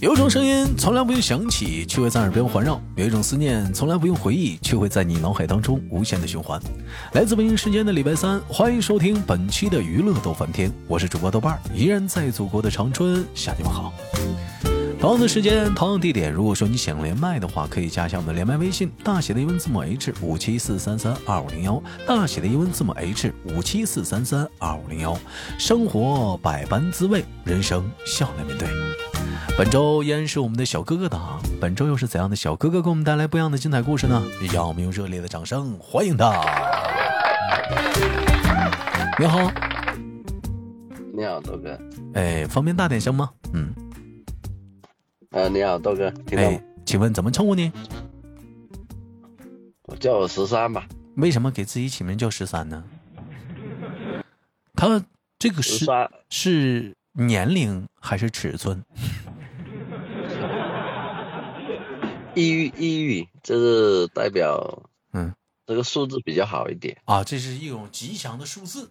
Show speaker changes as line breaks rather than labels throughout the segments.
有一种声音从来不用想起，却会在耳边环绕；有一种思念从来不用回忆，却会在你脑海当中无限的循环。来自北京时间的礼拜三，欢迎收听本期的娱乐逗翻天，我是主播豆瓣儿，依然在祖国的长春向你们好。同样的时间，同样地点。如果说你想连麦的话，可以加一下我们的连麦微信，大写的英文字母 H 五七四三三二五零幺，大写的英文字母 H 五七四三三二五零幺。生活百般滋味，人生笑来面对。本周依然是我们的小哥哥党，本周又是怎样的小哥哥给我们带来不一样的精彩故事呢？让我们用热烈的掌声欢迎他！你好，
你好，豆哥。
哎，方便大点声吗？嗯，
呃，你好，豆哥，听到吗
哎？，请问怎么称呼你？
我叫我十三吧，
为什么给自己起名叫十三呢？他这个
十
是
三
是年龄还是尺寸？
抑郁，抑郁，这是代表
嗯，
这个数字比较好一点。
啊，这是一种吉祥的数字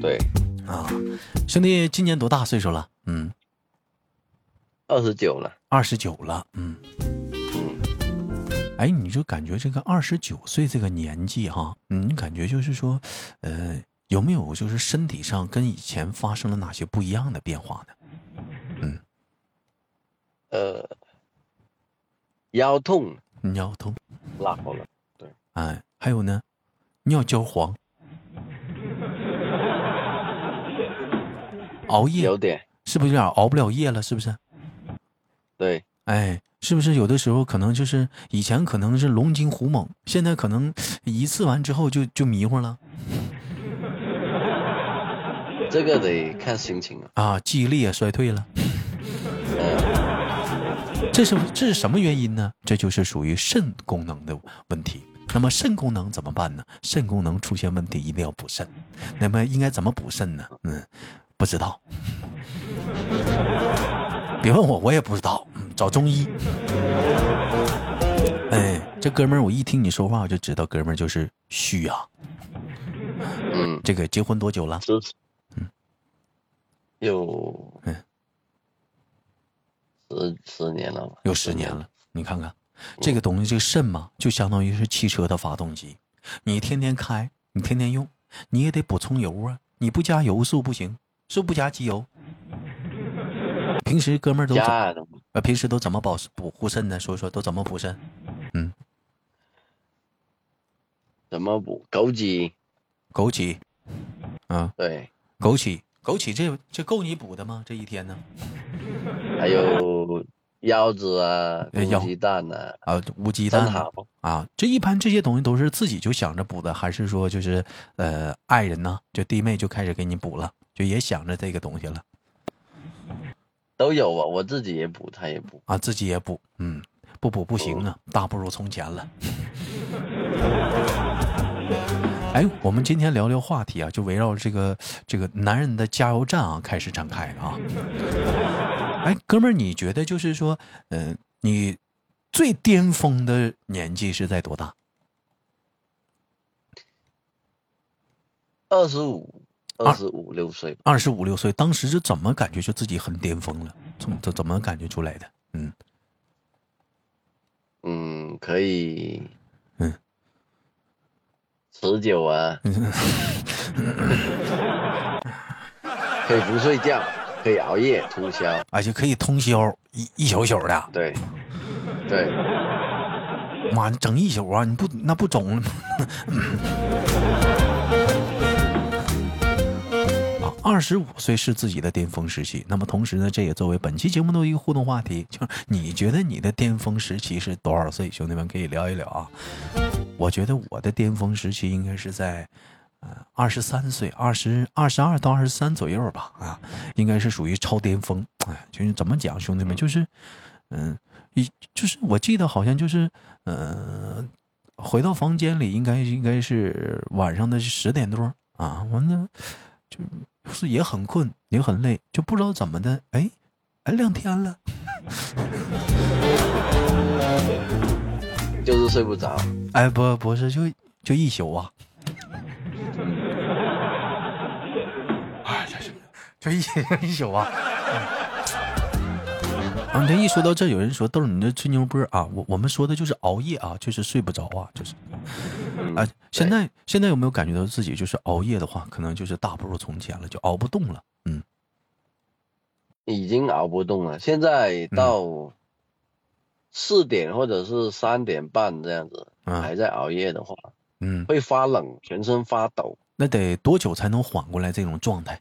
对，
啊！兄弟，今年多大岁数了？嗯，
二十九了，
二十九了。嗯，哎，你就感觉这个二十九岁这个年纪哈、嗯你感觉就是说，呃，有没有就是身体上跟以前发生了哪些不一样的变化呢？
呃，腰痛，
你腰痛，
老了，
哎，还有呢，尿焦黄，熬夜
有点，
是不是有点熬不了夜了？是不是？
对，
哎，是不是有的时候可能就是以前可能是龙精虎猛，现在可能一次完之后就就迷糊了
这个得看心情啊。
啊，记忆力也衰退了。
嗯，
这是这是什么原因呢？这就是属于肾功能的问题。那么肾功能怎么办呢？肾功能出现问题一定要补肾。那么应该怎么补肾呢？嗯，不知道。别问我，我也不知道。嗯，找中医。哎，这哥们儿，我一听你说话，我就知道哥们儿就是虚啊。
嗯，
这个结婚多久了？
是，有
嗯
十十年了吧？
有十年了。你看看这个东西，这个肾嘛，就相当于是汽车的发动机，你天天开，你天天用，你也得补充油啊，你不加油速不行，是不加机油。 平时哥们儿都怎
加了嘛，
呃，平时都怎么保补护肾呢？说说都怎么补肾？
怎么补？枸杞，
枸杞，啊，
对，
枸杞，枸杞这这够你补的吗？这一天呢？
还有腰子啊，
哎
公
腰
鸡蛋啊，
啊，无鸡
真
蛋啊
好。
啊，这一般这些东西都是自己就想着补的，还是说就是呃爱人呢，就弟妹就开始给你补了，就也想着这个东西了
都有啊，我自己也补，他也补。
啊，自己也补，嗯，不补不行啊，大不如从前了。哎，我们今天聊聊话题啊，就围绕这个这个男人的加油站啊开始展开啊。哎，哥们儿，你觉得就是说，嗯、你最巅峰的年纪是在多大？
二十五，
二
二十五六岁吧，
二十五六岁，当时是怎么感觉就自己很巅峰了？怎怎怎么感觉出来的？嗯，
嗯，可以，
嗯，
持久啊，可以不睡觉，可以熬夜通宵，
而且可以通宵一一宿宿的，啊
对，对，
妈，你整一宿啊！你不那不肿了吗？啊，二十五岁是自己的巅峰时期。那么同时呢，这也作为本期节目的一个互动话题，就是你觉得你的巅峰时期是多少岁？兄弟们可以聊一聊啊。我觉得我的巅峰时期应该是在。呃，二十三岁，二十二十二到二十三左右吧，啊，应该是属于超巅峰。哎，就是怎么讲，兄弟们，就是，嗯，一就是我记得好像就是，嗯、回到房间里应该应该是晚上的十点多啊，完了就是也很困，也很累，就不知道怎么的，哎哎亮天了，
就是睡不着，
哎不不是就就一宿啊， 哎呀就一一宿啊，啊，你这一说到这，有人说豆儿，你这吹牛波啊，我我们说的就是熬夜啊，就是睡不着啊，就是
嗯
啊，现在现在有没有感觉到自己就是熬夜的话，可能就是大不如从前了，就熬不动了。嗯，
已经熬不动了，现在
嗯
到四点或者是三点半这样子、
啊
还在熬夜的话，
嗯，
会发冷，全身发抖，
那得多久才能缓过来这种状态？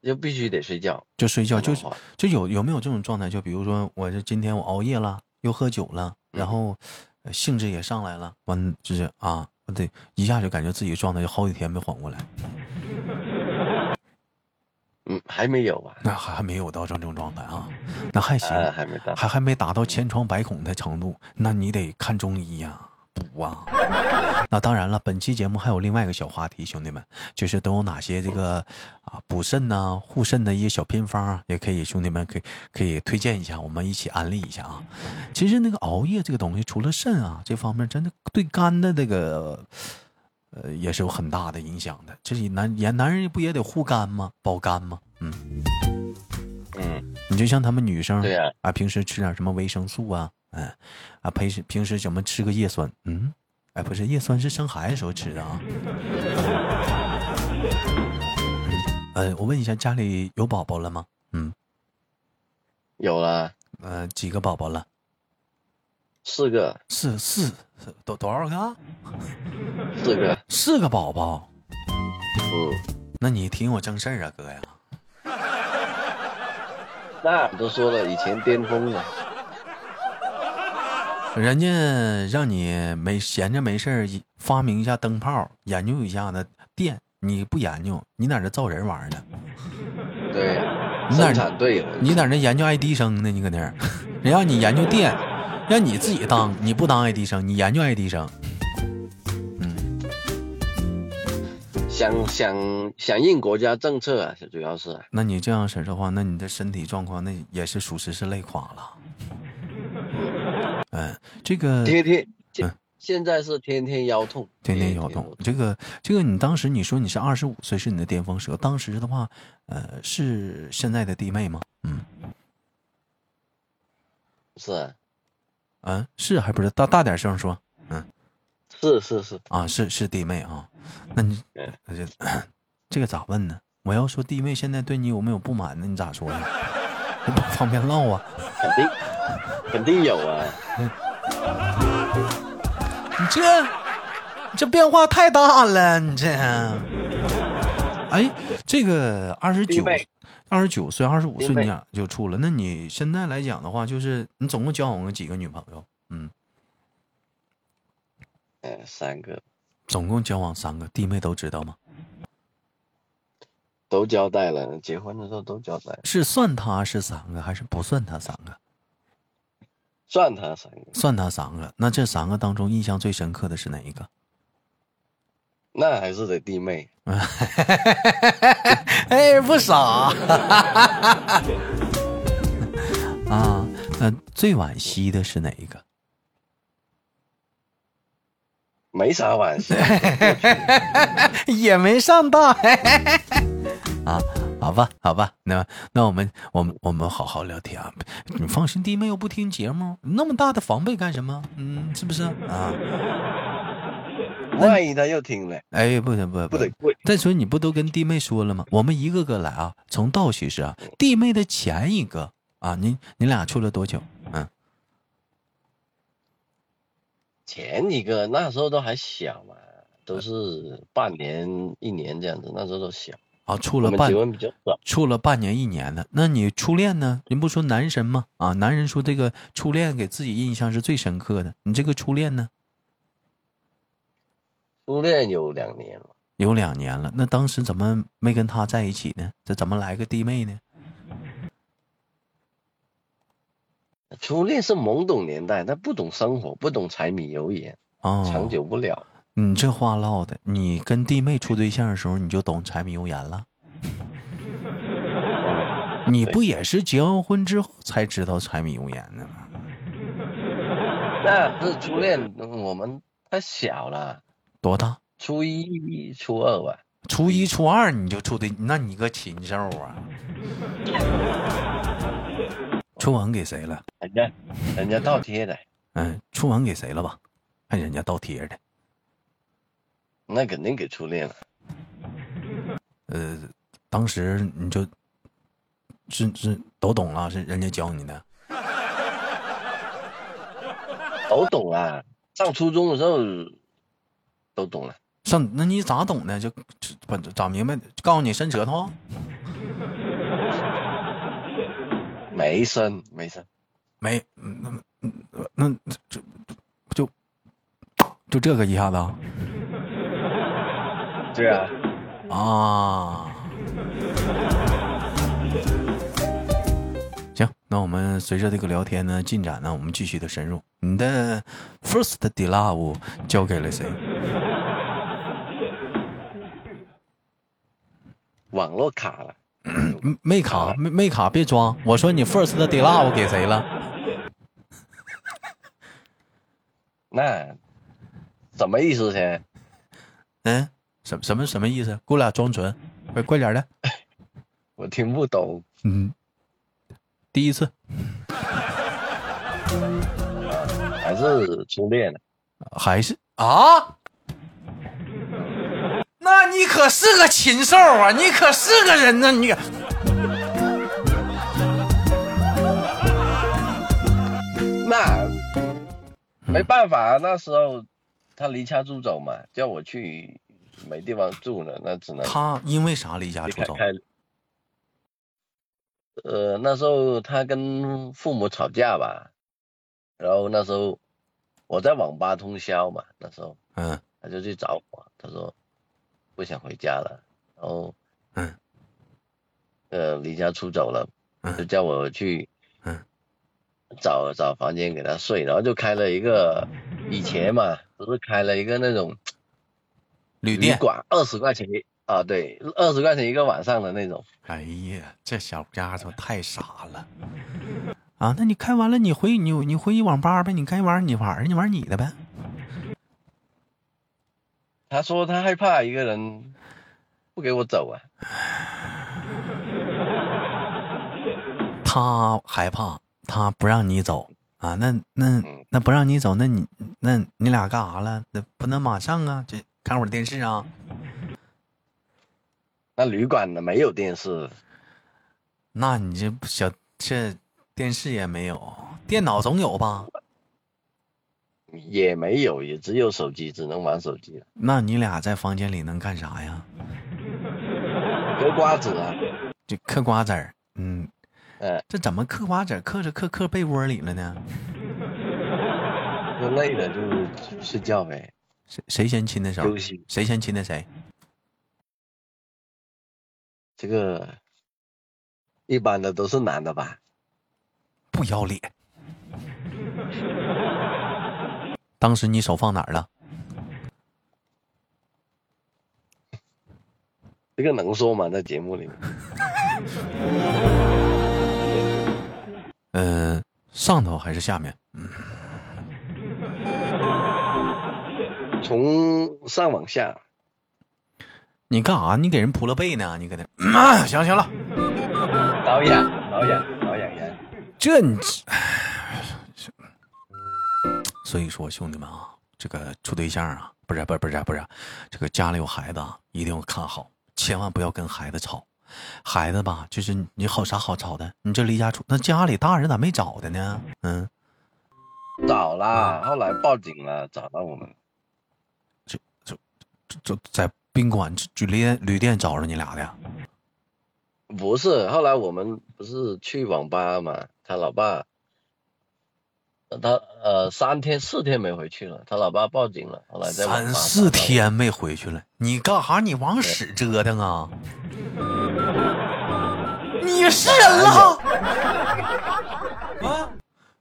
就必须得睡觉。
就睡觉，
这
就
种
是
话
就有有没有这种状态？就比如说，我这今天我熬夜了，又喝酒了，然后呃兴致也上来了，完就是啊，我得一下就感觉自己状态就好几天没缓过来，
嗯，还没有吧？
那还还没有到这种状态啊，那还行，
啊，还没到。
还还没达到千疮百孔的程度，那你得看中医呀、补啊。 那当然了，本期节目还有另外一个小话题，兄弟们，就是都有哪些这个啊补肾呐、护肾的一些小偏方啊，也可以兄弟们可以可以推荐一下，我们一起安利一下啊。其实那个熬夜这个东西，除了肾啊这方面，真的对肝的这个呃也是有很大的影响的。这是男也男人不也得护肝吗？保肝吗？嗯，
嗯，
你就像他们女生，
对呀、
啊，平时吃点什么维生素啊，嗯，啊，平时平时怎么吃个叶酸？嗯，哎，不是叶酸是生孩子时候吃的啊。嗯，我问一下，家里有宝宝了吗？嗯，
有了
呃，几个宝宝了？
四个，
四四四多多少个啊？
四个，
四个宝宝？
嗯，
那你挺有正事儿啊，哥呀。
那都说了以前巅峰了，
人家让你没闲着没事儿一发明一下灯泡，研究一下那电，你不研究，你哪这造人玩儿呢？
对呀、
那
生产队了，
你在那研究爱迪生呢？你搁那儿，人让你研究电，让你自己当，你不当爱迪生，你研究爱迪生。
响响响应国家政策啊，主要是
那你这样式儿的话，那你的身体状况那也是属实是累垮了。嗯，这个
天天
嗯
现现在是天天腰痛，
天天腰痛，这个这个，你当时你说你是二十五岁是你的巅峰时候，当时的话，呃，是现在的弟妹吗？嗯
是啊
嗯、是还不是大大点声说
是是是，
啊，是是弟妹啊，那你
嗯
那这这个咋问呢？我要说弟妹现在对你有没有不满呢？你咋说呀？我不方便唠啊。
肯定肯定有啊，
你这这变化太大了，你这。哎，这个二十
弟
九
妹、
二十九岁、二十五岁
弟
你
妹
俩就处了，那你现在来讲的话，就是你总共交往了几个女朋友？嗯，
呃，三个
总共交往三个，弟妹都知道吗？
都交代了，结婚的时候都交代了，
是算她是三个，还是不算她三个？
算他三个，
算她三个，那这三个当中印象最深刻的是哪一个？
那还是得弟妹，
哎，不傻 啊。那最惋惜的是哪一个？
没啥 惋惜，
也没上当。 啊，好吧，好吧，那那我们我们我们好好聊天啊。你放心，弟妹又不听节目，那么大的防备干什么？嗯，是不是啊？
万一他又听了，
哎，不行，不行
不
不
得
行。
跪，
再说你不都跟弟妹说了吗？我们一个个来啊，从倒叙是啊，弟妹的前一个啊，您您俩处了多久？嗯，
前几个那时候都还小嘛，都是半年一年这样子，那时候都小，
啊，处
我
了
们
半
结婚比较早，
处了半年一年的，那你初恋呢？人不说男神吗？啊，男人说这个初恋给自己印象是最深刻的。你这个初恋呢，
初恋有两年了，
有两年了，那当时怎么没跟他在一起呢？这怎么来个弟妹呢？
初恋是懵懂年代，他不懂生活，不懂柴米油盐，长
哦，
久不了。
你这话唠的，你跟弟妹处对象的时候你就懂柴米油盐了？你不也是结完婚之后才知道柴米油盐的吗？
那是初恋，我们太小了，
多大？
初一、初二吧。
初一、初二你就处对，那你个禽兽啊！春晚给谁了？
人家人家倒贴的，
嗯，春晚给谁了吧？看人家倒贴的，
那肯定给初恋了。
呃，当时你就是是都懂了，是人家教你的。
都懂啊，上初中的时候都懂了，
上那你咋懂的？就就不咋明白？告诉你伸舌头，
没生没生，
没嗯那那那这就就就这个一下子啊
对啊，
啊。行，那我们随着这个聊天呢进展呢，我们继续的深入。你的 first d love 交给了谁？
网络卡了，
嗯没卡，没没卡，别装。我说你 first d love 给谁了？
那什么意思先？
嗯，什什么什么意思？给我俩装纯，快快点儿的。
我听不懂，
嗯，第一次
还是初恋了。
还是啊？那你可是个禽兽啊！你可是个人呢、你。
那嗯没办法，那时候他离家出走嘛，叫我去没地方住了，那只能
他因为啥离家出
开
走？
开。呃，那时候他跟父母吵架吧，然后那时候我在网吧通宵嘛，那时候
嗯
他就去找我，他说不想回家了，然后
嗯
呃离家出走了，就
嗯
叫我去
嗯
找找房间给他睡，然后就开了一个以前嘛，不是开了一个那种
旅
旅
店。
馆，二十块钱一啊，对，二十块钱一个晚上的那种，
哎呀，这小丫头太傻了啊！那你开完了，你回你你回你网吧呗，你该玩你玩，你玩你的呗。
他说他害怕一个人，不给我走啊。
他害怕，他不让你走啊，那那那不让你走，那你那你俩干啥了？那不能马上啊，这看会儿电视啊。
那旅馆呢没有电视，
那你这小这电视也没有，电脑总有吧？
也没有，也只有手机，只能玩手机了。
那你俩在房间里能干啥呀？
嗑瓜子啊，
就嗑瓜子儿，嗯，
嗯，
这怎么嗑瓜子儿嗑着嗑嗑被窝里了呢？
就累了就睡觉呗，
谁谁先亲的手？
休息。
谁先亲的谁？
这个一般的都是男的吧？
不要脸！当时你手放哪儿了？
这个能说吗？在节目里面，
呃，上头还是下面？
从上往下，
你干啥？你给人扑了背呢？你搁那、嗯行行了，
挠痒，挠痒，挠痒痒。
这你这，唉是所以说兄弟们啊，这个处对象啊，不是不是不是不是，这个家里有孩子啊，一定要看好，千万不要跟孩子吵。孩子吧，就是你你好啥好吵的，你这离家出，那家里大人咋没找的呢？嗯，
找啦，后来报警了，找到我们。
就在宾馆旅店旅店找着你俩的呀，
不是，后来我们不是去网吧嘛，他老爸，呃他呃三天四天没回去了，他老爸报警了，后啊来在网吧
三四
找到
天没回去了，你干啥？你往死折腾 啊！你是人了
哎
啊？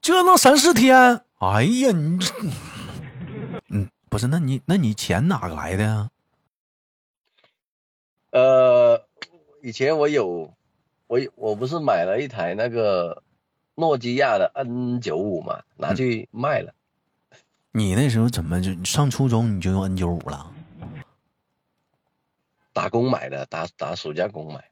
折腾三四天，哎呀，你这，嗯，不是，那你那你钱哪来的呀？
呃，以前我有，我有我不是买了一台那个诺基亚的 N 九五嘛，拿去卖了。
你那时候怎么就你上初中你就用 N 九五了？
打工买的，打打暑假工买的。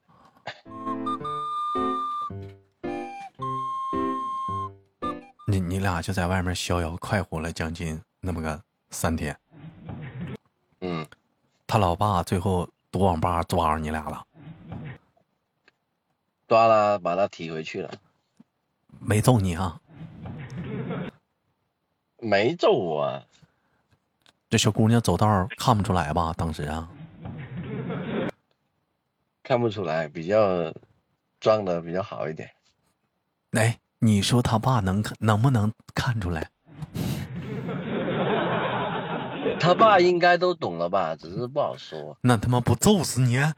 你俩就在外面逍遥快活了将近那么个三天。
嗯，
他老爸最后躲网吧抓着你俩了，
抓了，把他提回去了，
没揍你啊？
没揍我啊，
这小姑娘走道儿看不出来吧？当时啊，
看不出来，比较装的比较好一点，
哎，你说他爸能看能不能看出来？
他爸应该都懂了吧，只是不好说。
那他妈不揍死你？啊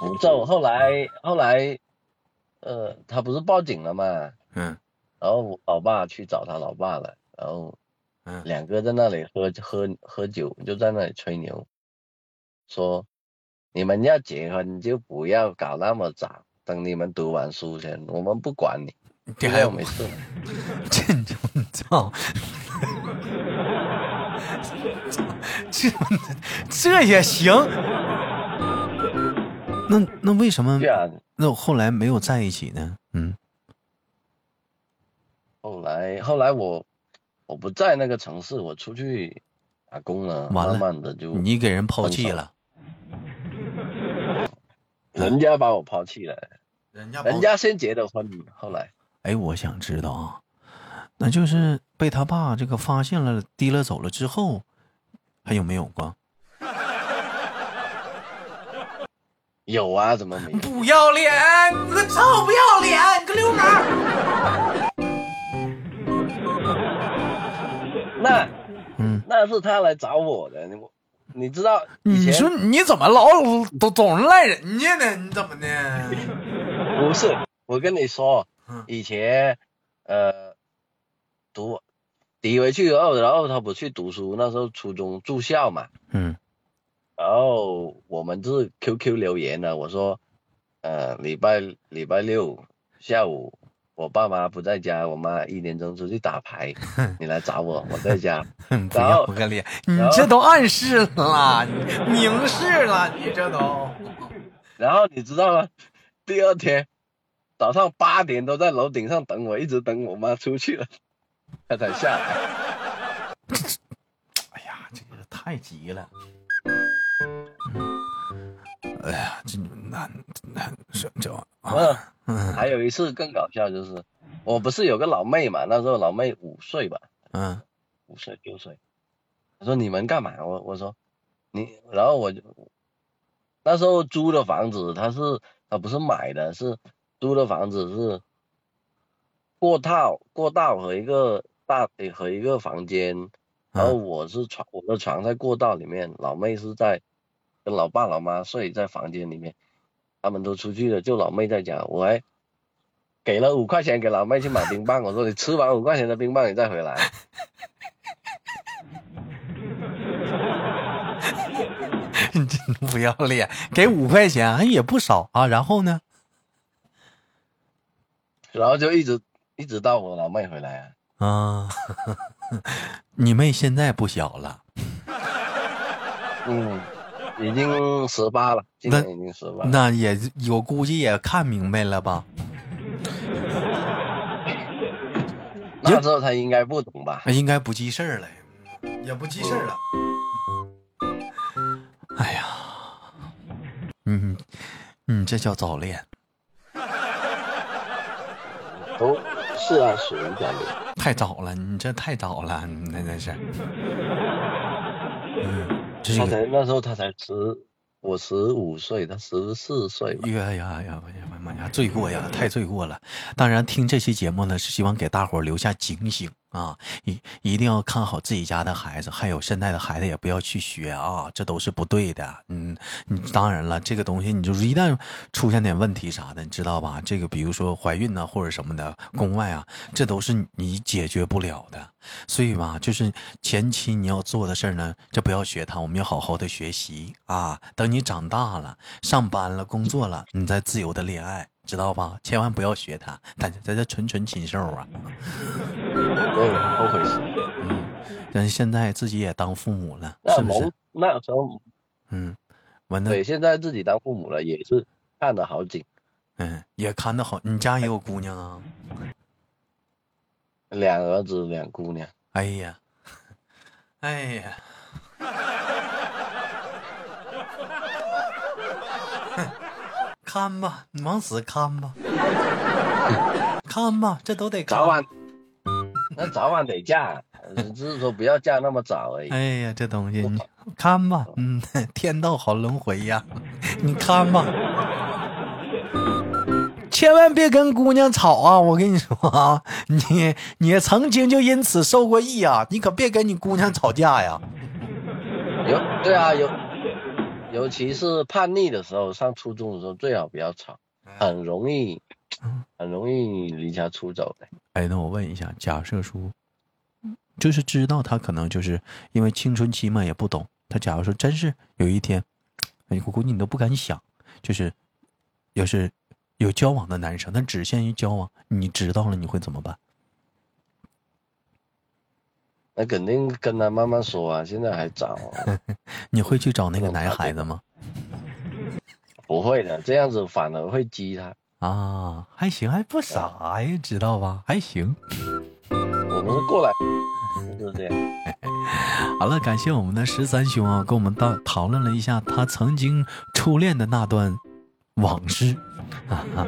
不揍，后来后来，呃，他不是报警了嘛，
嗯
然后我老爸去找他老爸了，然后
嗯
两个在那里喝喝喝酒，就在那里吹牛，说你们要结婚就不要搞那么早，等你们读完书先，我们不管你，
这
就
还
这
有
样没事。
这你就你操！ 这这也行？那那为什么
对啊，
那后来没有在一起呢？嗯
后来后来我我不在那个城市，我出去打工了，
完了
慢慢的就
你给人抛弃
分手
了，
人家把我抛弃了，
人家
人家先结的婚，后来
哎，我想知道啊，那就是被他爸这个发现了，提了走了之后，还有没有过？
有啊，怎么没有？
不要脸！你个臭不要脸！你个流氓！
那
嗯，
那是他来找我的，你我你知道以
你
前
说你怎么老总总是赖人家呢？你怎么的？
不是，我跟你说
嗯，
以前呃读抵回去以后，然后他不去读书，那时候初中住校嘛，
嗯
然后我们就是 QQ 留言呢，我说呃礼拜礼拜六下午我爸妈不在家，我妈一点钟出去打 牌，你来找我，我在家。
哼，嗯不
然
要
后
个脸！你
然后
这都暗示了，明示了，你这都。
然后你知道吗？第二天早上八点都在楼顶上等我，一直等我妈出去了，她才下来。
哎呀，这个太急了。嗯哎呀，这那那这这
嗯，
嗯
还有一次更搞笑，就是我不是有个老妹嘛，那时候老妹五岁吧，
嗯
五岁六岁。她说你们干嘛？我我说你，然后我就那时候租的房子，她是她不是买的，是租的房子是过道过道和一个大呃和一个房间，然后
嗯
我是床，我的床在过道里面，老妹是在跟老爸老妈睡在房间里面，他们都出去了，就老妹在家，我还给了五块钱给老妹去买冰棒，我说你吃完五块钱的冰棒你再回来。
你真不要脸， 给五块钱哎也不少啊。然后呢？
然后就一直一直到我老妹回来啊，
啊， 你妹现在不小了，
嗯，已经十八了，今
那
年已经十八，
那也我估计也看明白了吧？
那时候她应该不懂吧？
应该不记事儿了，也不记事儿了。哎呀，嗯，你这叫早恋，
都是啊，属于家里。
太早了，你这太早了，你那那是。嗯，这
他
个，
才那时候他才十，我十五岁，他十四岁吧。
呀呀呀！哎呀妈呀，罪过呀，太罪过了！当然，听这期节目呢，是希望给大伙儿留下警醒啊，一一定要看好自己家的孩子，还有现在的孩子也不要去学啊，这都是不对的。嗯，你当然了，这个东西你就是一旦出现点问题啥的，你知道吧？这个比如说怀孕呐、或者什么的，宫外啊，这都是你解决不了的。所以吧，就是前期你要做的事儿呢，这不要学他，我们要好好的学习啊。等你长大了、上班了、工作了，你再自由的恋爱，知道吧？千万不要学他，他他这纯纯禽兽啊！
对，后悔死了。
嗯，人现在自己也当父母了，
那
是不是
蒙？那时候
嗯，完了，
对，现在自己当父母了，也是看得好紧。
嗯，也看得好。你家也有姑娘啊？
两儿子两姑娘，
哎呀， 哎呀， 看吧，你往死看吧， 看吧，这都得看。
早晚那早晚得嫁，只是说不要嫁那么早而已。
哎呀，这东西你看吧，嗯， 天道好轮回呀，你看吧，千万别跟姑娘吵啊！我跟你说啊，你你曾经就因此受过益啊，你可别跟你姑娘吵架呀。
尤对啊，尤尤其是叛逆的时候，上初中的时候最好不要吵，很容易很容易离家出走的。
哎，那我问一下，假设说，就是知道他可能就是因为青春期嘛，也不懂。他假如说真是有一天，哎，我估计你都不敢想，就是要是有交往的男生，但只限于交往，你知道了你会怎么办？
那肯定跟他慢慢说啊，现在还早啊、
你会去找那个男孩子吗？
不会的，这样子反而会激他。
啊，还行，还不傻呀，知道吧？还行。
我们是过来，就是这样。
好了，感谢我们的十三兄啊，跟我们到讨论了一下他曾经初恋的那段往事。啊哈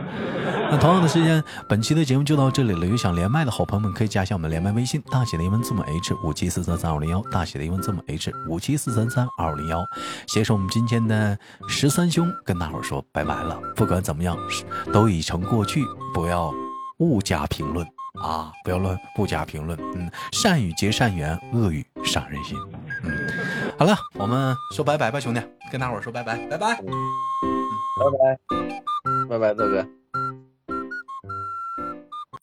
那同样的时间，本期的节目就到这里了。有想连麦的好朋友们，可以加一下我们连麦微信，大写的英文字母 H 五七四三三二零幺，大写的英文字母 H 五七四三三二零幺。携手我们今天的十三兄，跟大伙儿说拜拜了。不管怎么样，都已成过去，不要误加评论。啊，不要乱不加评论。嗯，善语结善缘，恶语伤人心。嗯，好了，我们说拜拜吧，兄弟，跟大伙儿说拜拜，拜拜。
拜拜，拜拜，豆哥。